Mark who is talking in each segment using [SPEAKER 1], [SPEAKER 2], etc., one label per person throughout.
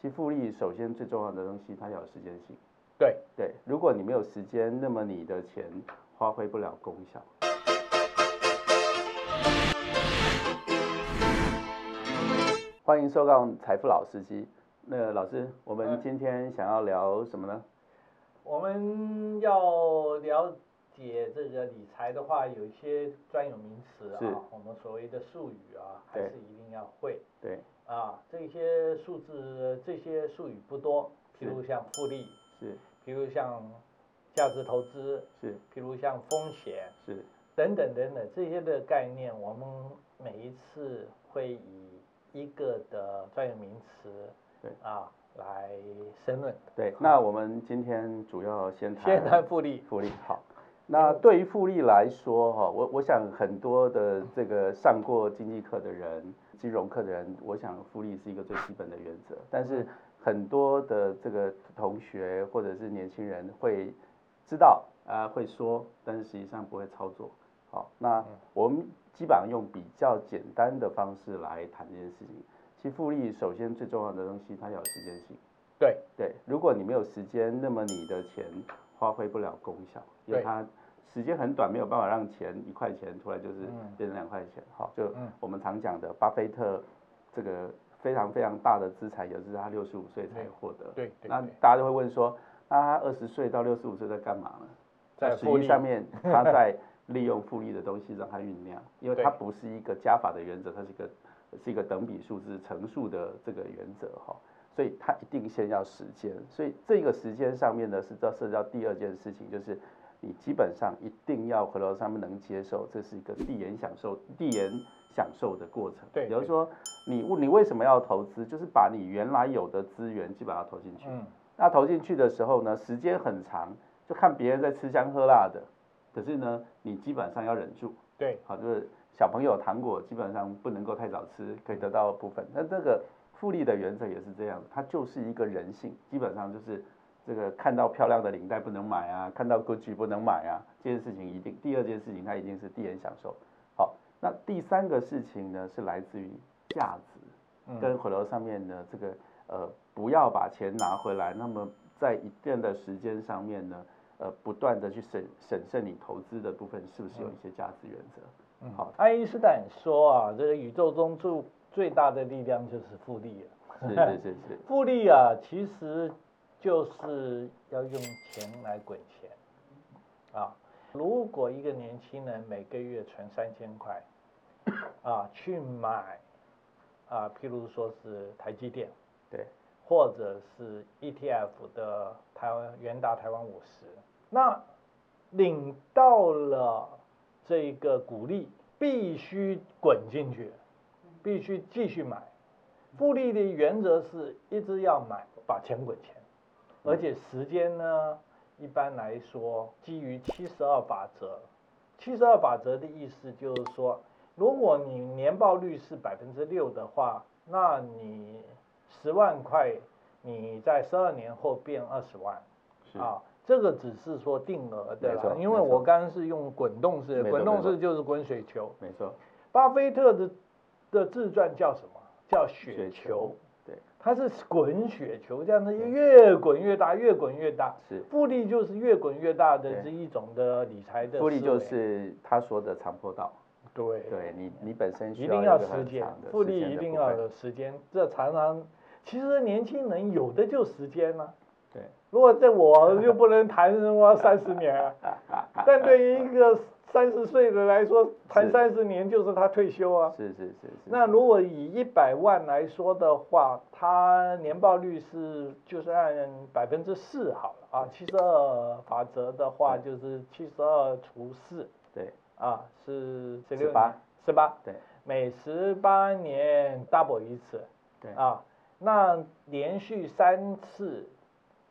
[SPEAKER 1] 其实复利首先最重要的东西，它要有时间性。
[SPEAKER 2] 对
[SPEAKER 1] 对，如果你没有时间，那么你的钱发挥不了功效。欢迎收看《财富老司机》。那个老师，我们
[SPEAKER 2] 嗯
[SPEAKER 1] 今天想要聊什么呢？
[SPEAKER 2] 我们要了解这个理财的话，有一些专有名词
[SPEAKER 1] 是
[SPEAKER 2] 啊，我们所谓的术语啊，还
[SPEAKER 1] 对
[SPEAKER 2] 是一定要会
[SPEAKER 1] 对，
[SPEAKER 2] 啊。这些数字这些术语不多，譬如像复利，
[SPEAKER 1] 是
[SPEAKER 2] 譬如像价值投资，
[SPEAKER 1] 是
[SPEAKER 2] 譬如像风险
[SPEAKER 1] 是，
[SPEAKER 2] 等等等等这些的概念，我们每一次会以一个的专有名词
[SPEAKER 1] 对
[SPEAKER 2] 啊来申论，
[SPEAKER 1] 对。那我们今天主要先谈
[SPEAKER 2] 先谈复利，
[SPEAKER 1] 复利好。那对于复利来说，哈，我我想很多的这个上过经济课的人、金融课的人，我想复利是一个最基本的原则。但是很多的这个同学或者是年轻人会知道啊、会说，但是实际上不会操作。好，那我们基本上用比较简单的方式来谈这件事情。其实复利首先最重要的东西，它要有时间性。
[SPEAKER 2] 对。
[SPEAKER 1] 对，如果你没有时间，那么你的钱发挥不了功效，因为
[SPEAKER 2] 对
[SPEAKER 1] 它时间很短，没有办法让钱一块钱突然就是
[SPEAKER 2] 嗯
[SPEAKER 1] 变成两块钱。好，就
[SPEAKER 2] 嗯
[SPEAKER 1] 我们常讲的巴菲特这个非常非常大的资产，也是他六十五岁才
[SPEAKER 2] 对
[SPEAKER 1] 获得。
[SPEAKER 2] 对对
[SPEAKER 1] 那
[SPEAKER 2] 对
[SPEAKER 1] 大家都会问说，那他二十岁到六十五岁在干嘛呢？
[SPEAKER 2] 在
[SPEAKER 1] 那实
[SPEAKER 2] 复
[SPEAKER 1] 际呃
[SPEAKER 2] 利
[SPEAKER 1] 上面他在利用复利的东西让它酝 酿，因为
[SPEAKER 2] 对
[SPEAKER 1] 它不是一个加法的原则，它是一个是一个等比数字乘数的这个原则哈。所以它一定先要时间，所以这个时间上面呢是到涉及到第二件事情，就是你基本上一定要回头上面能接受，这是一个递延享受、递延享受的过程。
[SPEAKER 2] 对
[SPEAKER 1] 比如
[SPEAKER 2] 对
[SPEAKER 1] 说你你为什么要投资，就是把你原来有的资源基本上投进去，
[SPEAKER 2] 嗯，
[SPEAKER 1] 那投进去的时候呢，时间很长，就看别人在吃香喝辣的，可是呢，你基本上要忍住。
[SPEAKER 2] 对，
[SPEAKER 1] 好，就是小朋友糖果基本上不能够太早吃，可以得到部分。那这个复利的原则也是这样，它就是一个人性，基本上就是这个看到漂亮的领带不能买啊，看到 GUCCI 不能买啊，这件事情一定。第二件事情，它一定是第人享受。好，那第三个事情呢，是来自于价值。
[SPEAKER 2] 嗯，
[SPEAKER 1] 跟回流上面呢，这个呃不要把钱拿回来，那么在一定的时间上面呢，呃不断的去审审慎你投资的部分是不是有一些价值原 则？
[SPEAKER 2] 嗯
[SPEAKER 1] 好
[SPEAKER 2] 爱因斯坦说啊，这个宇宙中最最大的力量就是复利
[SPEAKER 1] 是
[SPEAKER 2] 了。
[SPEAKER 1] 是是是，
[SPEAKER 2] 复利啊，其实就是要用钱来滚钱啊。如果一个年轻人每个月存三千块，啊，去买啊，譬如说是台积电，
[SPEAKER 1] 对，
[SPEAKER 2] 或者是 ETF 的台湾元大台湾五十，那领到了这个股利，必须滚进去，必须继续买。复利的原则是一直要买，把钱滚钱，而且时间呢，一般来说基于七十二法则。七十二法则的意思就是说，如果你年报率是百分之六的话，那你十万块，你在十二年后变二十万
[SPEAKER 1] 是
[SPEAKER 2] 啊。这个只是说定额的
[SPEAKER 1] 没错
[SPEAKER 2] 啦，因为
[SPEAKER 1] 没错
[SPEAKER 2] 我刚刚是用滚动式
[SPEAKER 1] 没错
[SPEAKER 2] 的，滚动
[SPEAKER 1] 没
[SPEAKER 2] 式
[SPEAKER 1] 错
[SPEAKER 2] 就是滚雪球。
[SPEAKER 1] 没错，
[SPEAKER 2] 巴菲特的的自传叫什么？叫雪
[SPEAKER 1] 雪球
[SPEAKER 2] 球。
[SPEAKER 1] 对，
[SPEAKER 2] 它是滚雪球，这样子越滚越大，越滚越大。
[SPEAKER 1] 是
[SPEAKER 2] 复利就是越滚越大的
[SPEAKER 1] 对
[SPEAKER 2] 这一种的理财的
[SPEAKER 1] 复利
[SPEAKER 2] 思
[SPEAKER 1] 就
[SPEAKER 2] 维
[SPEAKER 1] 是他说的长坡道，
[SPEAKER 2] 对
[SPEAKER 1] 对你你本身需
[SPEAKER 2] 一
[SPEAKER 1] 要
[SPEAKER 2] 定
[SPEAKER 1] 有
[SPEAKER 2] 要
[SPEAKER 1] 个
[SPEAKER 2] 时
[SPEAKER 1] 很
[SPEAKER 2] 间
[SPEAKER 1] 长的，
[SPEAKER 2] 复
[SPEAKER 1] 时
[SPEAKER 2] 利
[SPEAKER 1] 间
[SPEAKER 2] 一
[SPEAKER 1] 的
[SPEAKER 2] 定
[SPEAKER 1] 部
[SPEAKER 2] 要
[SPEAKER 1] 分
[SPEAKER 2] 有时间。这常常，其实年轻人有的就时间啊了、
[SPEAKER 1] 对
[SPEAKER 2] 如果在我又不能谈什么三十年啊， 但对于一个三十岁的来说，谈
[SPEAKER 1] 是
[SPEAKER 2] 三十年就是他退休啊。
[SPEAKER 1] 是是是是，
[SPEAKER 2] 那如果以一百万来说的话，它年报率是就是按百分之四好了啊，七十二法则的话就是七十二除四
[SPEAKER 1] 对
[SPEAKER 2] 啊，是十六
[SPEAKER 1] 18
[SPEAKER 2] 十八，
[SPEAKER 1] 对
[SPEAKER 2] 每十八年 double 一次
[SPEAKER 1] 对
[SPEAKER 2] 啊，那连续三次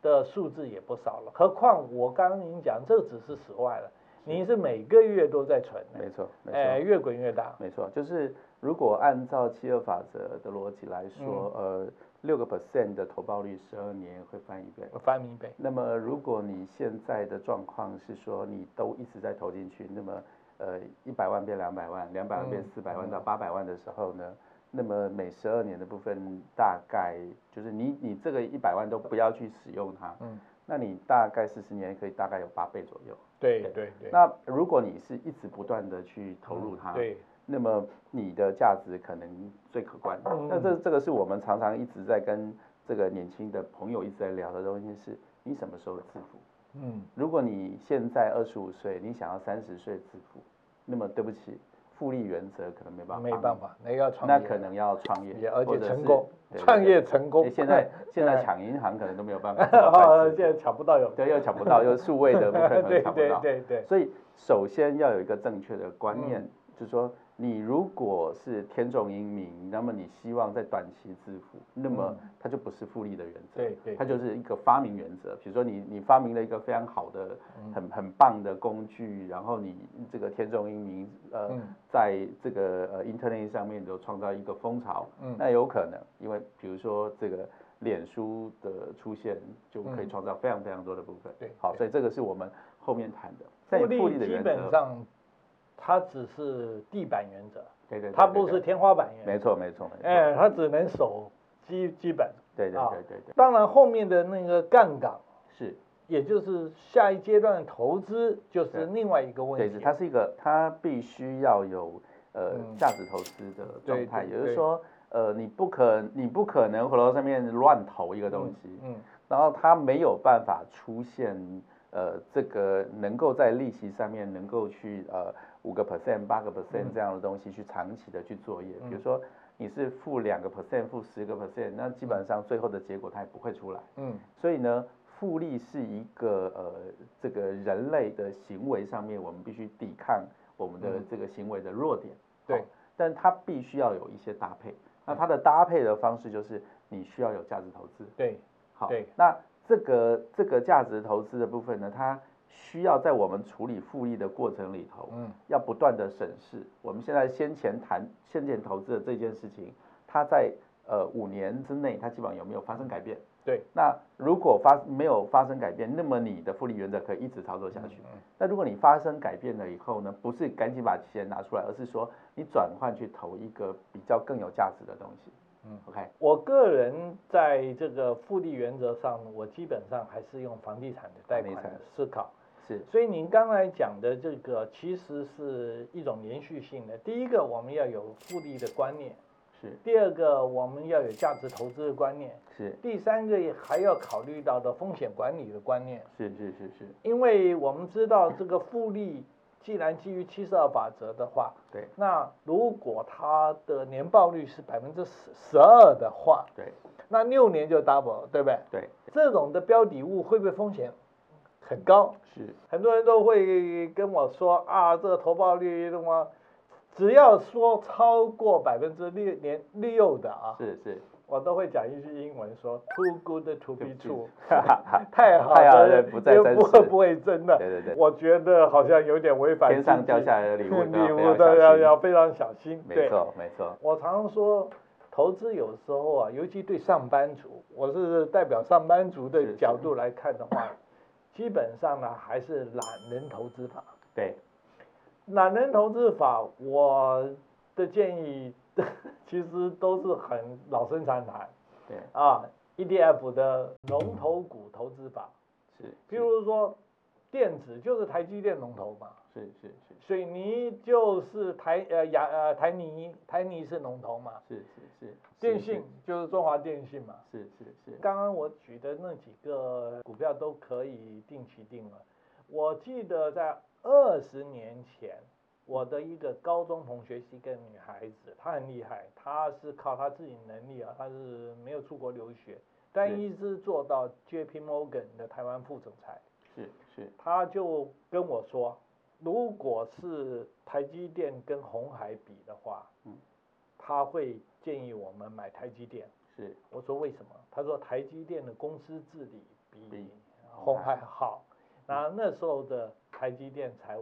[SPEAKER 2] 的数字也不少了，何况我刚刚已经讲，这只是十万了，您是每个月都在存的，
[SPEAKER 1] 没错没错。
[SPEAKER 2] 哎，越滚越大，
[SPEAKER 1] 没错，就是如果按照七二法则的逻辑来说，
[SPEAKER 2] 嗯
[SPEAKER 1] 呃，六个 percent 的投报率十二年会翻一倍。
[SPEAKER 2] 我翻明白，
[SPEAKER 1] 那么如果你现在的状况是说你都一直在投进去，那么呃一百万变两百万，两百万变
[SPEAKER 2] 嗯
[SPEAKER 1] 四百万到八百万的时候呢，那么每十二年的部分大概就是你你这个一百万都不要去使用它，
[SPEAKER 2] 嗯，
[SPEAKER 1] 那你大概四十年可以大概有八倍左右。
[SPEAKER 2] 对对对，
[SPEAKER 1] 那如果你是一直不断的去投入它，
[SPEAKER 2] 对
[SPEAKER 1] 那么你的价值可能最可观。
[SPEAKER 2] 嗯
[SPEAKER 1] 那这这个是我们常常一直在跟这个年轻的朋友一直在聊的东西是，你什么时候致富？
[SPEAKER 2] 嗯
[SPEAKER 1] 如果你现在二十五岁，你想要三十岁致富，那么对不起，复利原则可能没办法，
[SPEAKER 2] 没办，法，那要创业，
[SPEAKER 1] 那可能要创业
[SPEAKER 2] 也，而
[SPEAKER 1] 或
[SPEAKER 2] 且
[SPEAKER 1] 者
[SPEAKER 2] 成
[SPEAKER 1] 是
[SPEAKER 2] 功
[SPEAKER 1] 对，对
[SPEAKER 2] 创
[SPEAKER 1] 对
[SPEAKER 2] 业成功
[SPEAKER 1] 诶，现在 现在抢银行可能都没有办法这么快
[SPEAKER 2] 哦
[SPEAKER 1] 致富，
[SPEAKER 2] 现在抢不到有，
[SPEAKER 1] 对，又抢不到，又数位的部分可能
[SPEAKER 2] 对
[SPEAKER 1] 抢不
[SPEAKER 2] 对
[SPEAKER 1] 到。
[SPEAKER 2] 对对，
[SPEAKER 1] 所以首先要有一个正确的观念，
[SPEAKER 2] 嗯
[SPEAKER 1] 就是说你如果是天纵英明，那么你希望在短期致富，那么它就不是复利的原则，
[SPEAKER 2] 嗯对对
[SPEAKER 1] 它就是一个发明原则。比如说你你发明了一个非常好的、
[SPEAKER 2] 嗯
[SPEAKER 1] 很很棒的工具，然后你这个天纵英明，呃，
[SPEAKER 2] 嗯
[SPEAKER 1] 在这个呃 Internet 上面有创造一个风潮，
[SPEAKER 2] 嗯
[SPEAKER 1] 那有可能，因为比如说这个。脸书的出现就可以创造非常非常多的部分，
[SPEAKER 2] 对
[SPEAKER 1] 好，
[SPEAKER 2] 对
[SPEAKER 1] 所以这个是我们后面谈的。在
[SPEAKER 2] 复
[SPEAKER 1] 你复利
[SPEAKER 2] 利
[SPEAKER 1] 的
[SPEAKER 2] 基
[SPEAKER 1] 原
[SPEAKER 2] 本
[SPEAKER 1] 则，
[SPEAKER 2] 上它只是地板原则，
[SPEAKER 1] 对对，对
[SPEAKER 2] 它不
[SPEAKER 1] 对对
[SPEAKER 2] 是天花板原
[SPEAKER 1] 没
[SPEAKER 2] 则，
[SPEAKER 1] 错没错没错，
[SPEAKER 2] 哎，它只能守基基本。
[SPEAKER 1] 对对
[SPEAKER 2] 啊
[SPEAKER 1] 对对对，
[SPEAKER 2] 当然，后面的那个杠杆，
[SPEAKER 1] 是，
[SPEAKER 2] 也就是下一阶段的投资，就是
[SPEAKER 1] 对
[SPEAKER 2] 另外一个问
[SPEAKER 1] 对
[SPEAKER 2] 题
[SPEAKER 1] 是，。它是一个，它必须要有呃
[SPEAKER 2] 嗯
[SPEAKER 1] 价值投资的状
[SPEAKER 2] 对
[SPEAKER 1] 态，
[SPEAKER 2] 对
[SPEAKER 1] 也就是
[SPEAKER 2] 对
[SPEAKER 1] 说，呃，你不可你不可能回到上面乱投一个东西，
[SPEAKER 2] 嗯，
[SPEAKER 1] 然后它没有办法出现呃这个能够在利息上面能够去呃五个 percent 八个 percent 这样的东西去长期的去作业，比如说你是负两个 percent 负十个 percent，那基本上最后的结果它也不会出来。
[SPEAKER 2] 嗯，
[SPEAKER 1] 所以呢，复利是一个呃这个人类的行为上面我们必须抵抗我们的这个行为的弱点，
[SPEAKER 2] 对
[SPEAKER 1] 好，但它必须要有一些搭配。那它的搭配的方式就是你需要有价值投资。
[SPEAKER 2] 对，
[SPEAKER 1] 好，
[SPEAKER 2] 对，
[SPEAKER 1] 那这个这个价值投资的部分呢，它需要在我们处理复利的过程里头，
[SPEAKER 2] 嗯，
[SPEAKER 1] 要不断的审视。我们现在先前谈先前投资的这件事情，它在呃五年之内，它基本上有没有发生改变？
[SPEAKER 2] 对，
[SPEAKER 1] 那如果发没有发生改变，那么你的复利原则可以一直操作下去
[SPEAKER 2] 嗯嗯。
[SPEAKER 1] 那如果你发生改变了以后呢，不是赶紧把钱拿出来，而是说你转换去投一个比较更有价值的东西。
[SPEAKER 2] 嗯
[SPEAKER 1] ，OK，
[SPEAKER 2] 我个人在这个复利原则上，我基本上还是用房地产的贷款
[SPEAKER 1] 房地产
[SPEAKER 2] 的思考。
[SPEAKER 1] 是
[SPEAKER 2] 所以您刚才讲的这个其实是一种连续性的。第一个，我们要有复利的观念；
[SPEAKER 1] 是
[SPEAKER 2] 第二个，我们要有价值投资的观念；
[SPEAKER 1] 是
[SPEAKER 2] 第三个，也还要考虑到的风险管理的观念。
[SPEAKER 1] 是是是是，
[SPEAKER 2] 因为我们知道这个复利，既然基于七十二法则的话，
[SPEAKER 1] 对
[SPEAKER 2] 那如果它的年报率是百分之十十二的话，
[SPEAKER 1] 对
[SPEAKER 2] 那六年就 double，对不对？
[SPEAKER 1] 对
[SPEAKER 2] 这种的标的物会不会风险很高？
[SPEAKER 1] 是
[SPEAKER 2] 很多人都会跟我说啊，这个投报率什么，只要说超过百分之六年六的啊，
[SPEAKER 1] 是是，
[SPEAKER 2] 我都会讲一句英文说 too good to be
[SPEAKER 1] 对不起
[SPEAKER 2] true。
[SPEAKER 1] 哈哈哈
[SPEAKER 2] 太好
[SPEAKER 1] 太好
[SPEAKER 2] 了，
[SPEAKER 1] 了不再
[SPEAKER 2] 又
[SPEAKER 1] 真
[SPEAKER 2] 不
[SPEAKER 1] 实
[SPEAKER 2] 不会真的。
[SPEAKER 1] 对对对
[SPEAKER 2] 我觉得好像有点违反
[SPEAKER 1] 天上
[SPEAKER 2] 经济
[SPEAKER 1] 掉下来的礼物都要
[SPEAKER 2] 礼
[SPEAKER 1] 非
[SPEAKER 2] 物
[SPEAKER 1] 常小
[SPEAKER 2] 都要
[SPEAKER 1] 心
[SPEAKER 2] 要非常小心。
[SPEAKER 1] 没
[SPEAKER 2] 对，
[SPEAKER 1] 错没错，
[SPEAKER 2] 我常说。投资有时候啊，尤其对上班族，我是代表上班族
[SPEAKER 1] 是
[SPEAKER 2] 的
[SPEAKER 1] 是
[SPEAKER 2] 角度来看的话，基本上呢还是懒人投资法。
[SPEAKER 1] 对
[SPEAKER 2] 懒人投资法，我的建议 其实都是很老生常谈
[SPEAKER 1] 对
[SPEAKER 2] 啊。ETF 的龙头股投资法，
[SPEAKER 1] 是，
[SPEAKER 2] 譬如说电子就是台积电龙头嘛，
[SPEAKER 1] 是是是
[SPEAKER 2] 水泥就是台呃亚呃台泥，台泥是龙头嘛，
[SPEAKER 1] 是是是，
[SPEAKER 2] 电信就是中华电信嘛。
[SPEAKER 1] 是是是
[SPEAKER 2] 刚刚我举的那几个股票都可以定期定额。我记得在二十年前，我的一个高中同学是一个女孩子，她很厉害，她是靠她自己能力啊，她是没有出国留学，但
[SPEAKER 1] 是
[SPEAKER 2] 一直做到 J.P. Morgan 的台湾副总裁。
[SPEAKER 1] 是是
[SPEAKER 2] 他就跟我说，如果是台积电跟红海比的话，
[SPEAKER 1] 嗯
[SPEAKER 2] 他会建议我们买台积电。
[SPEAKER 1] 是
[SPEAKER 2] 我说为什么？他说台积电的公司治理比
[SPEAKER 1] 比
[SPEAKER 2] 红海好。那那时候的台积电才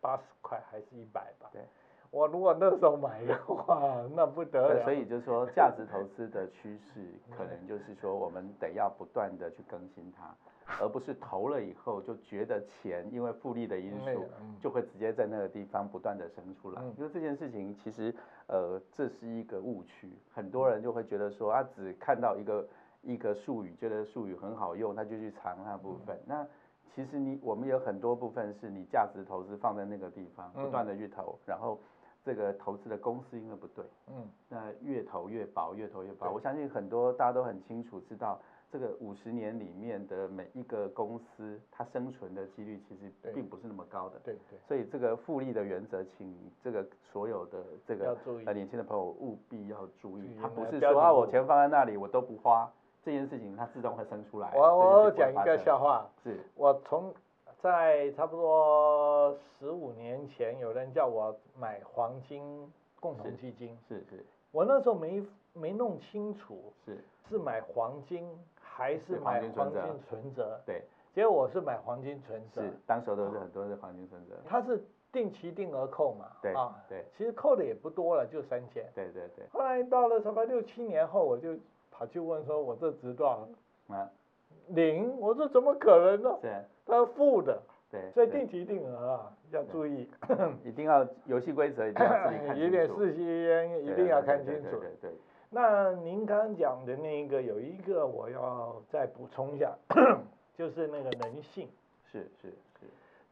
[SPEAKER 2] 八十块还是一百吧？
[SPEAKER 1] 对。
[SPEAKER 2] 我如果那时候买的话，那不得
[SPEAKER 1] 对，
[SPEAKER 2] 了。
[SPEAKER 1] 所以就是说，价值投资的趋势可能就是说，我们得要不断的去更新它，而不是投了以后就觉得钱因为复利的因
[SPEAKER 2] 累
[SPEAKER 1] 素
[SPEAKER 2] 了嗯
[SPEAKER 1] 就会直接在那个地方不断的生出来
[SPEAKER 2] 嗯。
[SPEAKER 1] 因为这件事情其实呃，这是一个误区，很多人就会觉得说啊，只看到一个一个术语，觉得术语很好用，他就去藏那部分。
[SPEAKER 2] 嗯
[SPEAKER 1] 那其实你我们有很多部分是你价值投资放在那个地方，不
[SPEAKER 2] 嗯
[SPEAKER 1] 断的去投，然后这个投资的公司因为不对。
[SPEAKER 2] 嗯，
[SPEAKER 1] 那越投越薄，越投越薄。
[SPEAKER 2] 对
[SPEAKER 1] 我相信很多大家都很清楚知道，这个五十年里面的每一个公司，它生存的几率其实
[SPEAKER 2] 对
[SPEAKER 1] 并不是那么高的。
[SPEAKER 2] 对对，
[SPEAKER 1] 所以这个复利的原则，请这个所有的这
[SPEAKER 2] 要
[SPEAKER 1] 个
[SPEAKER 2] 注意
[SPEAKER 1] 呃年轻的朋友务必要注意
[SPEAKER 2] 注意，
[SPEAKER 1] 它不
[SPEAKER 2] 那
[SPEAKER 1] 是
[SPEAKER 2] 标
[SPEAKER 1] 说
[SPEAKER 2] 准
[SPEAKER 1] 啊
[SPEAKER 2] 物
[SPEAKER 1] 我钱放在那里我都不花，这件事情它自动会生出来。
[SPEAKER 2] 我哦我
[SPEAKER 1] 这件事
[SPEAKER 2] 讲一
[SPEAKER 1] 不会发
[SPEAKER 2] 个
[SPEAKER 1] 生
[SPEAKER 2] 笑话，
[SPEAKER 1] 是
[SPEAKER 2] 我从在差不多十五年前，有人叫我买黄金共同
[SPEAKER 1] 是
[SPEAKER 2] 基金，
[SPEAKER 1] 是是
[SPEAKER 2] 我那时候没没弄清楚
[SPEAKER 1] 是，
[SPEAKER 2] 是买黄金还是
[SPEAKER 1] 是黄
[SPEAKER 2] 买
[SPEAKER 1] 金
[SPEAKER 2] 黄
[SPEAKER 1] 存
[SPEAKER 2] 金
[SPEAKER 1] 折
[SPEAKER 2] 存折，
[SPEAKER 1] 对，
[SPEAKER 2] 结果我是啊买黄金存折
[SPEAKER 1] 是，当时都是很多是黄金存折，
[SPEAKER 2] 它是定期定额扣嘛，
[SPEAKER 1] 对
[SPEAKER 2] 啊，
[SPEAKER 1] 对
[SPEAKER 2] 其实扣的也不多了，就三千。
[SPEAKER 1] 对对对，
[SPEAKER 2] 后来到了差不多六七年后，我就跑去问说，我这值多少？
[SPEAKER 1] 啊
[SPEAKER 2] 零，我说怎么可能呢？
[SPEAKER 1] 是啊，
[SPEAKER 2] 它是负的，
[SPEAKER 1] 对，
[SPEAKER 2] 所以
[SPEAKER 1] 对
[SPEAKER 2] 定期定额啊要注意。
[SPEAKER 1] 一定要游戏规 则一定要自己看
[SPEAKER 2] 有
[SPEAKER 1] 清
[SPEAKER 2] 点
[SPEAKER 1] 楚，
[SPEAKER 2] 事先一
[SPEAKER 1] 对
[SPEAKER 2] 定要
[SPEAKER 1] 对
[SPEAKER 2] 看
[SPEAKER 1] 对
[SPEAKER 2] 清
[SPEAKER 1] 对
[SPEAKER 2] 楚。
[SPEAKER 1] 对对
[SPEAKER 2] 那您刚刚讲的那个有一个我要再补充一下， 就是那个人性。
[SPEAKER 1] 是是是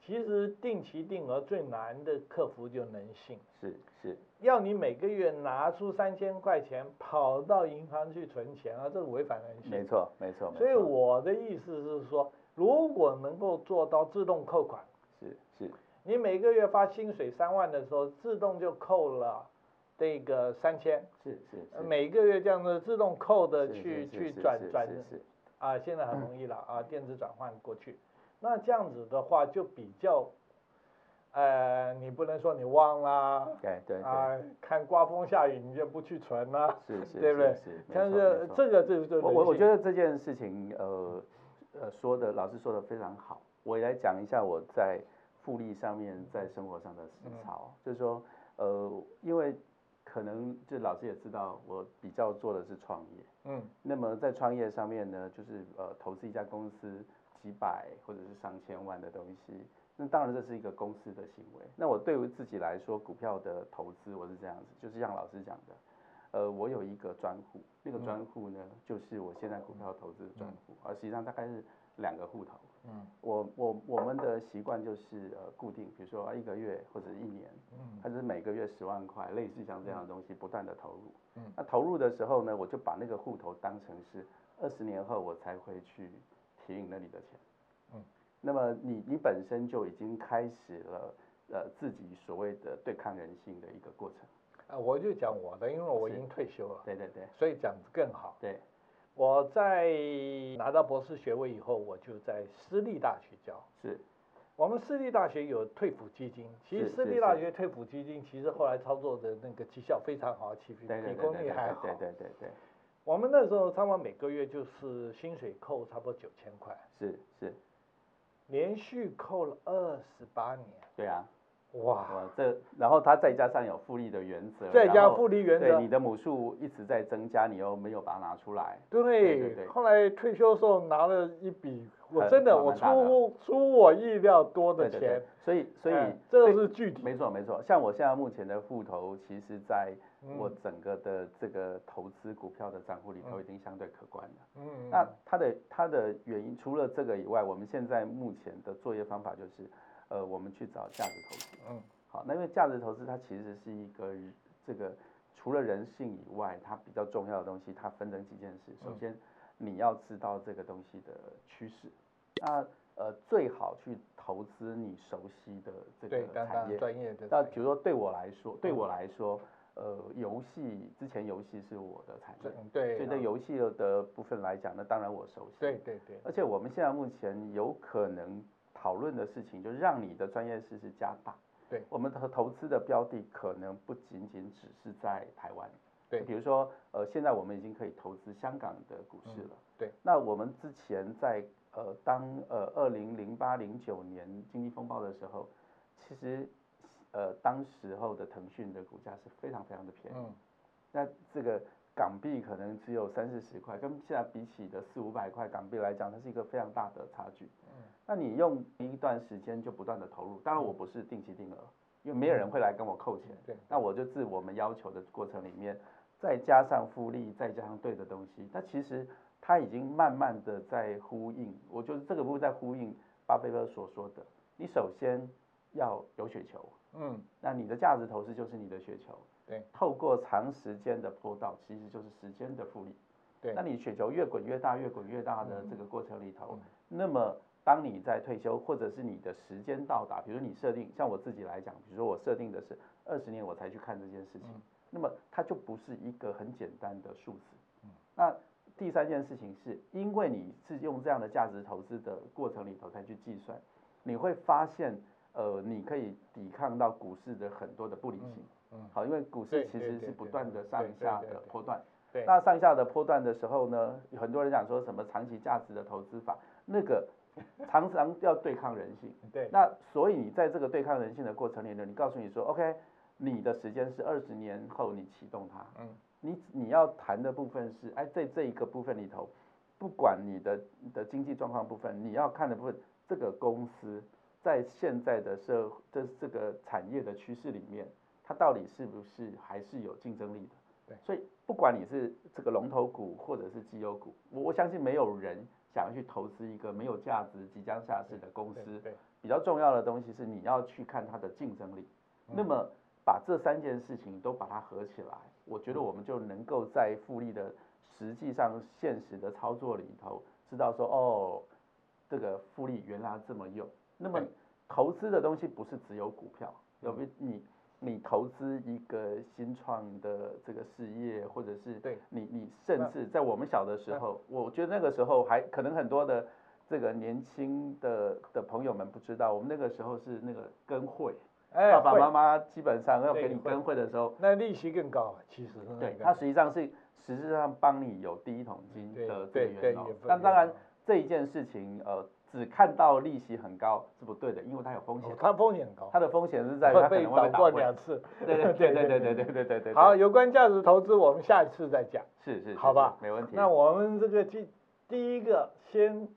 [SPEAKER 2] 其实定期定额最难的克服就人性，
[SPEAKER 1] 是是，
[SPEAKER 2] 要你每个月拿出三千块钱跑到银行去存钱啊，这是违反人
[SPEAKER 1] 没
[SPEAKER 2] 性。
[SPEAKER 1] 错没错没错。
[SPEAKER 2] 所以我的意思是说，如果能够做到自动扣款，
[SPEAKER 1] 是是
[SPEAKER 2] 你每个月发薪水三万的时候，自动就扣了这个三千，
[SPEAKER 1] 是是
[SPEAKER 2] 呃
[SPEAKER 1] 是
[SPEAKER 2] 每个月这样子自动扣的
[SPEAKER 1] 是
[SPEAKER 2] 去
[SPEAKER 1] 是是
[SPEAKER 2] 去
[SPEAKER 1] 是
[SPEAKER 2] 转
[SPEAKER 1] 是
[SPEAKER 2] 转
[SPEAKER 1] 是嗯是
[SPEAKER 2] 啊，现在很容易了啊，电子转换过去。那这样子的话就比较，呃，你不能说你忘啦，
[SPEAKER 1] 对哎对对，
[SPEAKER 2] 啊，看刮风下雨你就不去存啦，
[SPEAKER 1] 是是
[SPEAKER 2] 对不对
[SPEAKER 1] 是是，没
[SPEAKER 2] 但
[SPEAKER 1] 错
[SPEAKER 2] 是
[SPEAKER 1] 没错
[SPEAKER 2] 这个这个就是
[SPEAKER 1] 我我我觉
[SPEAKER 2] 得
[SPEAKER 1] 得这件事情，呃呃，说的老师说的非常好，我也来讲一下我在复利上面在生活上的思
[SPEAKER 2] 嗯
[SPEAKER 1] 潮，就是说，呃，因为可能就老师也知道，我比较做的是创业，
[SPEAKER 2] 嗯
[SPEAKER 1] 那么在创业上面呢，就是呃投资一家公司几百或者是上千万的东西，那当然这是一个公司的行为。那我对于自己来说，股票的投资我是这样子，就是像老师讲的，呃，我有一个专户，那个
[SPEAKER 2] 嗯
[SPEAKER 1] 专户呢，就是我现在股票投资的专户，而实际上大概是两个户头。
[SPEAKER 2] 嗯
[SPEAKER 1] 我我我们的习惯就是呃固定，比如说一个月或者一年，
[SPEAKER 2] 嗯
[SPEAKER 1] 它就是每个月十万块，类似像这样的东西不断的投入。
[SPEAKER 2] 嗯
[SPEAKER 1] 那投入的时候呢，我就把那个户头当成是二十年后我才会去提领那里的钱。
[SPEAKER 2] 嗯，
[SPEAKER 1] 那么你你本身就已经开始了呃自己所谓的对抗人性的一个过程。
[SPEAKER 2] 啊，我就讲我的，因为我已
[SPEAKER 1] 是
[SPEAKER 2] 经退休了，
[SPEAKER 1] 对对对
[SPEAKER 2] 所以讲得更好。
[SPEAKER 1] 对，
[SPEAKER 2] 我在拿到博士学位以后，我就在私立大学教。
[SPEAKER 1] 是
[SPEAKER 2] 我们私立大学有退辅基金，其实
[SPEAKER 1] 是
[SPEAKER 2] 私
[SPEAKER 1] 是
[SPEAKER 2] 立大学退辅基金其实后来操作的那个绩效非常好，其
[SPEAKER 1] 对
[SPEAKER 2] 比
[SPEAKER 1] 对
[SPEAKER 2] 比
[SPEAKER 1] 对对
[SPEAKER 2] 公立
[SPEAKER 1] 对
[SPEAKER 2] 还好
[SPEAKER 1] 对。对对对，
[SPEAKER 2] 我们那时候他们每个月就是薪水扣差不多九千块，
[SPEAKER 1] 是是，
[SPEAKER 2] 连续扣了二十八年，
[SPEAKER 1] 对啊，
[SPEAKER 2] 哇！
[SPEAKER 1] 我这然后它再加上有复利的原则，
[SPEAKER 2] 再
[SPEAKER 1] 然
[SPEAKER 2] 加
[SPEAKER 1] 后
[SPEAKER 2] 复利原则
[SPEAKER 1] 对你的母数一直在增加，你又没有把它拿出来，对对对
[SPEAKER 2] 后来退休的时候拿了一笔，我
[SPEAKER 1] 很
[SPEAKER 2] 真的
[SPEAKER 1] 蛮
[SPEAKER 2] 我
[SPEAKER 1] 蛮大的
[SPEAKER 2] 出乎出我意料多的
[SPEAKER 1] 对对对
[SPEAKER 2] 钱，，
[SPEAKER 1] 所以所以
[SPEAKER 2] 哎这个是具体，
[SPEAKER 1] 没错没错，像我现在目前的户头，其实在
[SPEAKER 2] 嗯
[SPEAKER 1] 我整个的这个投资股票的账户里头已经相对可观了。
[SPEAKER 2] 嗯，
[SPEAKER 1] 那它的它的原因，除了这个以外，我们现在目前的作业方法就是，呃，我们去找价值投资。
[SPEAKER 2] 嗯
[SPEAKER 1] 好，那因为价值投资它其实是一个这个除了人性以外，它比较重要的东西，它分成几件事。
[SPEAKER 2] 嗯
[SPEAKER 1] 首先，你要知道这个东西的趋势，那呃最好去投资你熟悉的这
[SPEAKER 2] 对
[SPEAKER 1] 个，
[SPEAKER 2] 当
[SPEAKER 1] 产
[SPEAKER 2] 然
[SPEAKER 1] 业。
[SPEAKER 2] 专业的
[SPEAKER 1] 那
[SPEAKER 2] 专业，
[SPEAKER 1] 比如说对我来说，
[SPEAKER 2] 嗯
[SPEAKER 1] 对我来说，呃，游戏之前游戏是我的产业，
[SPEAKER 2] 嗯对
[SPEAKER 1] 所以
[SPEAKER 2] 啦
[SPEAKER 1] 在游戏的部分来讲，那当然我熟悉。
[SPEAKER 2] 对对对，
[SPEAKER 1] 而且我们现在目前有可能讨论的事情，就让你的专业知识加大。
[SPEAKER 2] 对，
[SPEAKER 1] 我们投投资的标的可能不仅仅只是在台湾。
[SPEAKER 2] 对
[SPEAKER 1] 比如说，呃，现在我们已经可以投资香港的股市了。
[SPEAKER 2] 嗯对，
[SPEAKER 1] 那我们之前在呃，当呃二零零八零九年经济风暴的时候，其实呃，当时候的腾讯的股价是非常非常的便宜，
[SPEAKER 2] 嗯，
[SPEAKER 1] 那这个港币可能只有三四十块，跟现在比起的四五百块港币来讲，它是一个非常大的差距。
[SPEAKER 2] 嗯，
[SPEAKER 1] 那你用一段时间就不断的投入，当然我不是定期定额，因为没有人会来跟我扣钱，
[SPEAKER 2] 对，
[SPEAKER 1] 那我就自我们要求的过程里面，再加上复利，再加上对的东西，那其实它已经慢慢的在呼应，我觉得这个部分在呼应巴菲特所说的，你首先要有雪球。
[SPEAKER 2] 嗯，
[SPEAKER 1] 那你的价值投资就是你的雪球，
[SPEAKER 2] 对，
[SPEAKER 1] 透过长时间的坡道，其实就是时间的复利。
[SPEAKER 2] 对
[SPEAKER 1] 那你雪球越滚越大，越滚越大的这个过程里头，
[SPEAKER 2] 嗯
[SPEAKER 1] 那么当你在退休或者是你的时间到达，比如你设定，像我自己来讲，比如说我设定的是二十年我才去看这件事
[SPEAKER 2] 嗯
[SPEAKER 1] 情，那么它就不是一个很简单的数字。
[SPEAKER 2] 嗯
[SPEAKER 1] 那第三件事情是，因为你是用这样的价值投资的过程里头才去计算，你会发现，呃，你可以抵抗到股市的很多的不理性。
[SPEAKER 2] 嗯，
[SPEAKER 1] 好，因为股市
[SPEAKER 2] 对
[SPEAKER 1] 其
[SPEAKER 2] 对
[SPEAKER 1] 实
[SPEAKER 2] 对
[SPEAKER 1] 是不
[SPEAKER 2] 对
[SPEAKER 1] 断的上
[SPEAKER 2] 对对
[SPEAKER 1] 下
[SPEAKER 2] 对
[SPEAKER 1] 的
[SPEAKER 2] 对
[SPEAKER 1] 波段。
[SPEAKER 2] 对，
[SPEAKER 1] 那上下的波段的时候呢，很多人讲说什么长期价值的投资法，那个常常要对抗人性。
[SPEAKER 2] 对，
[SPEAKER 1] 那所以你在这个对抗人性的过程里呢，你告诉你说，OK，你的时间是二十年后你启动它，
[SPEAKER 2] 嗯，
[SPEAKER 1] 你你要谈的部分是，哎，在这一个部分里头，不管你的你的经济状况部分，你要看的部分，这个公司在现在的社这这个产业的趋势里面，它到底是不是还是有竞争力的？
[SPEAKER 2] 对，
[SPEAKER 1] 所以不管你是这个龙头股或者是绩优股，我我相信没有人想要去投资一个没有价值、即将下市的公
[SPEAKER 2] 对
[SPEAKER 1] 司。
[SPEAKER 2] 对，
[SPEAKER 1] 比较重要的东西是你要去看它的竞争力。
[SPEAKER 2] 嗯
[SPEAKER 1] 那么把这三件事情都把它合起来，我觉得
[SPEAKER 2] 嗯
[SPEAKER 1] 我们就能够在复利的实际上现实的操作里头，知道说哦，这个复利原来这么用。那么
[SPEAKER 2] 对嗯
[SPEAKER 1] 投资的东西不是只有股票，有比你你投资一个新创的这个事业，或者是
[SPEAKER 2] 对
[SPEAKER 1] 你你甚至在我们小的时候，我觉得那个时候还可能很多的这个年轻的的朋友们不知道，我们那个时候是那个跟会，
[SPEAKER 2] 哎，
[SPEAKER 1] 爸爸
[SPEAKER 2] 会
[SPEAKER 1] 妈妈基本上要
[SPEAKER 2] 对
[SPEAKER 1] 给你
[SPEAKER 2] 会嗯
[SPEAKER 1] 跟会的时候，
[SPEAKER 2] 那利息更高，啊其实那
[SPEAKER 1] 对，
[SPEAKER 2] 个
[SPEAKER 1] 它实际上是实质上帮你有第一桶金
[SPEAKER 2] 对
[SPEAKER 1] 的这
[SPEAKER 2] 对
[SPEAKER 1] 个
[SPEAKER 2] 对
[SPEAKER 1] 源头
[SPEAKER 2] 也不。
[SPEAKER 1] 但当然
[SPEAKER 2] 也不
[SPEAKER 1] 这一件事情，呃，只看到利息很高是不对的，因为它有风险
[SPEAKER 2] 哦，它风险很高，
[SPEAKER 1] 它的风险是在于它可
[SPEAKER 2] 被
[SPEAKER 1] 能会
[SPEAKER 2] 倒
[SPEAKER 1] 被打
[SPEAKER 2] 过
[SPEAKER 1] 昏
[SPEAKER 2] 两。次。
[SPEAKER 1] 对 对对对对对对对对对。
[SPEAKER 2] 好，，有关价值投资，我们下一次再讲。
[SPEAKER 1] 是是，是
[SPEAKER 2] 好吧
[SPEAKER 1] 是没问题。
[SPEAKER 2] 那我们这个第第一个，先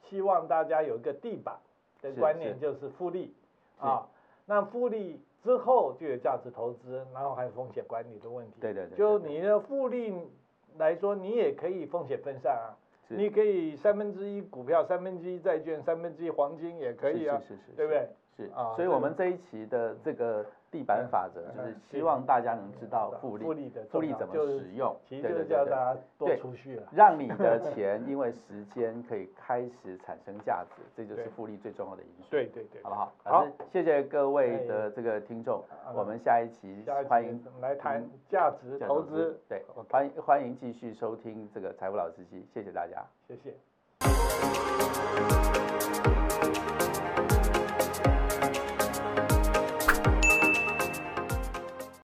[SPEAKER 2] 希望大家有一个地板的
[SPEAKER 1] 是
[SPEAKER 2] 观
[SPEAKER 1] 是
[SPEAKER 2] 念，就是复利
[SPEAKER 1] 是
[SPEAKER 2] 啊。那复利之后就有价值投资，然后还有风险管理的问题。
[SPEAKER 1] 对对对
[SPEAKER 2] 就
[SPEAKER 1] 对
[SPEAKER 2] 你的复利来说，你也可以风险分散啊。
[SPEAKER 1] 是
[SPEAKER 2] 你可以三分之一股票，三分之一债券，三分之一黄金也可以啊，
[SPEAKER 1] 是是是是
[SPEAKER 2] 对不对？
[SPEAKER 1] 是
[SPEAKER 2] 啊，
[SPEAKER 1] 所以
[SPEAKER 2] 这
[SPEAKER 1] 我
[SPEAKER 2] 个
[SPEAKER 1] 们这一期的这个地板法则，
[SPEAKER 2] 嗯
[SPEAKER 1] 就是
[SPEAKER 2] 嗯
[SPEAKER 1] 希望大家能知道
[SPEAKER 2] 嗯
[SPEAKER 1] 复利
[SPEAKER 2] 复利的
[SPEAKER 1] 复
[SPEAKER 2] 重
[SPEAKER 1] 利
[SPEAKER 2] 要
[SPEAKER 1] 怎么
[SPEAKER 2] 就是
[SPEAKER 1] 使用，
[SPEAKER 2] 其实
[SPEAKER 1] 对
[SPEAKER 2] 就是
[SPEAKER 1] 对对
[SPEAKER 2] 叫
[SPEAKER 1] 对
[SPEAKER 2] 大家多
[SPEAKER 1] 对
[SPEAKER 2] 储蓄了。
[SPEAKER 1] 让你的钱因为时间可以开始产生价值，这就是
[SPEAKER 2] 对
[SPEAKER 1] 复利最重要的因素。
[SPEAKER 2] 对对对，
[SPEAKER 1] 好不好？
[SPEAKER 2] 好
[SPEAKER 1] 老师，谢谢各位的这个听众
[SPEAKER 2] 哎，
[SPEAKER 1] 我们下一期
[SPEAKER 2] 下一
[SPEAKER 1] 欢
[SPEAKER 2] 期
[SPEAKER 1] 迎嗯
[SPEAKER 2] 我们来谈价值投资。
[SPEAKER 1] 对，
[SPEAKER 2] OK，
[SPEAKER 1] 欢迎欢迎继续收听这个财务老司机，谢谢大家。
[SPEAKER 2] 谢谢。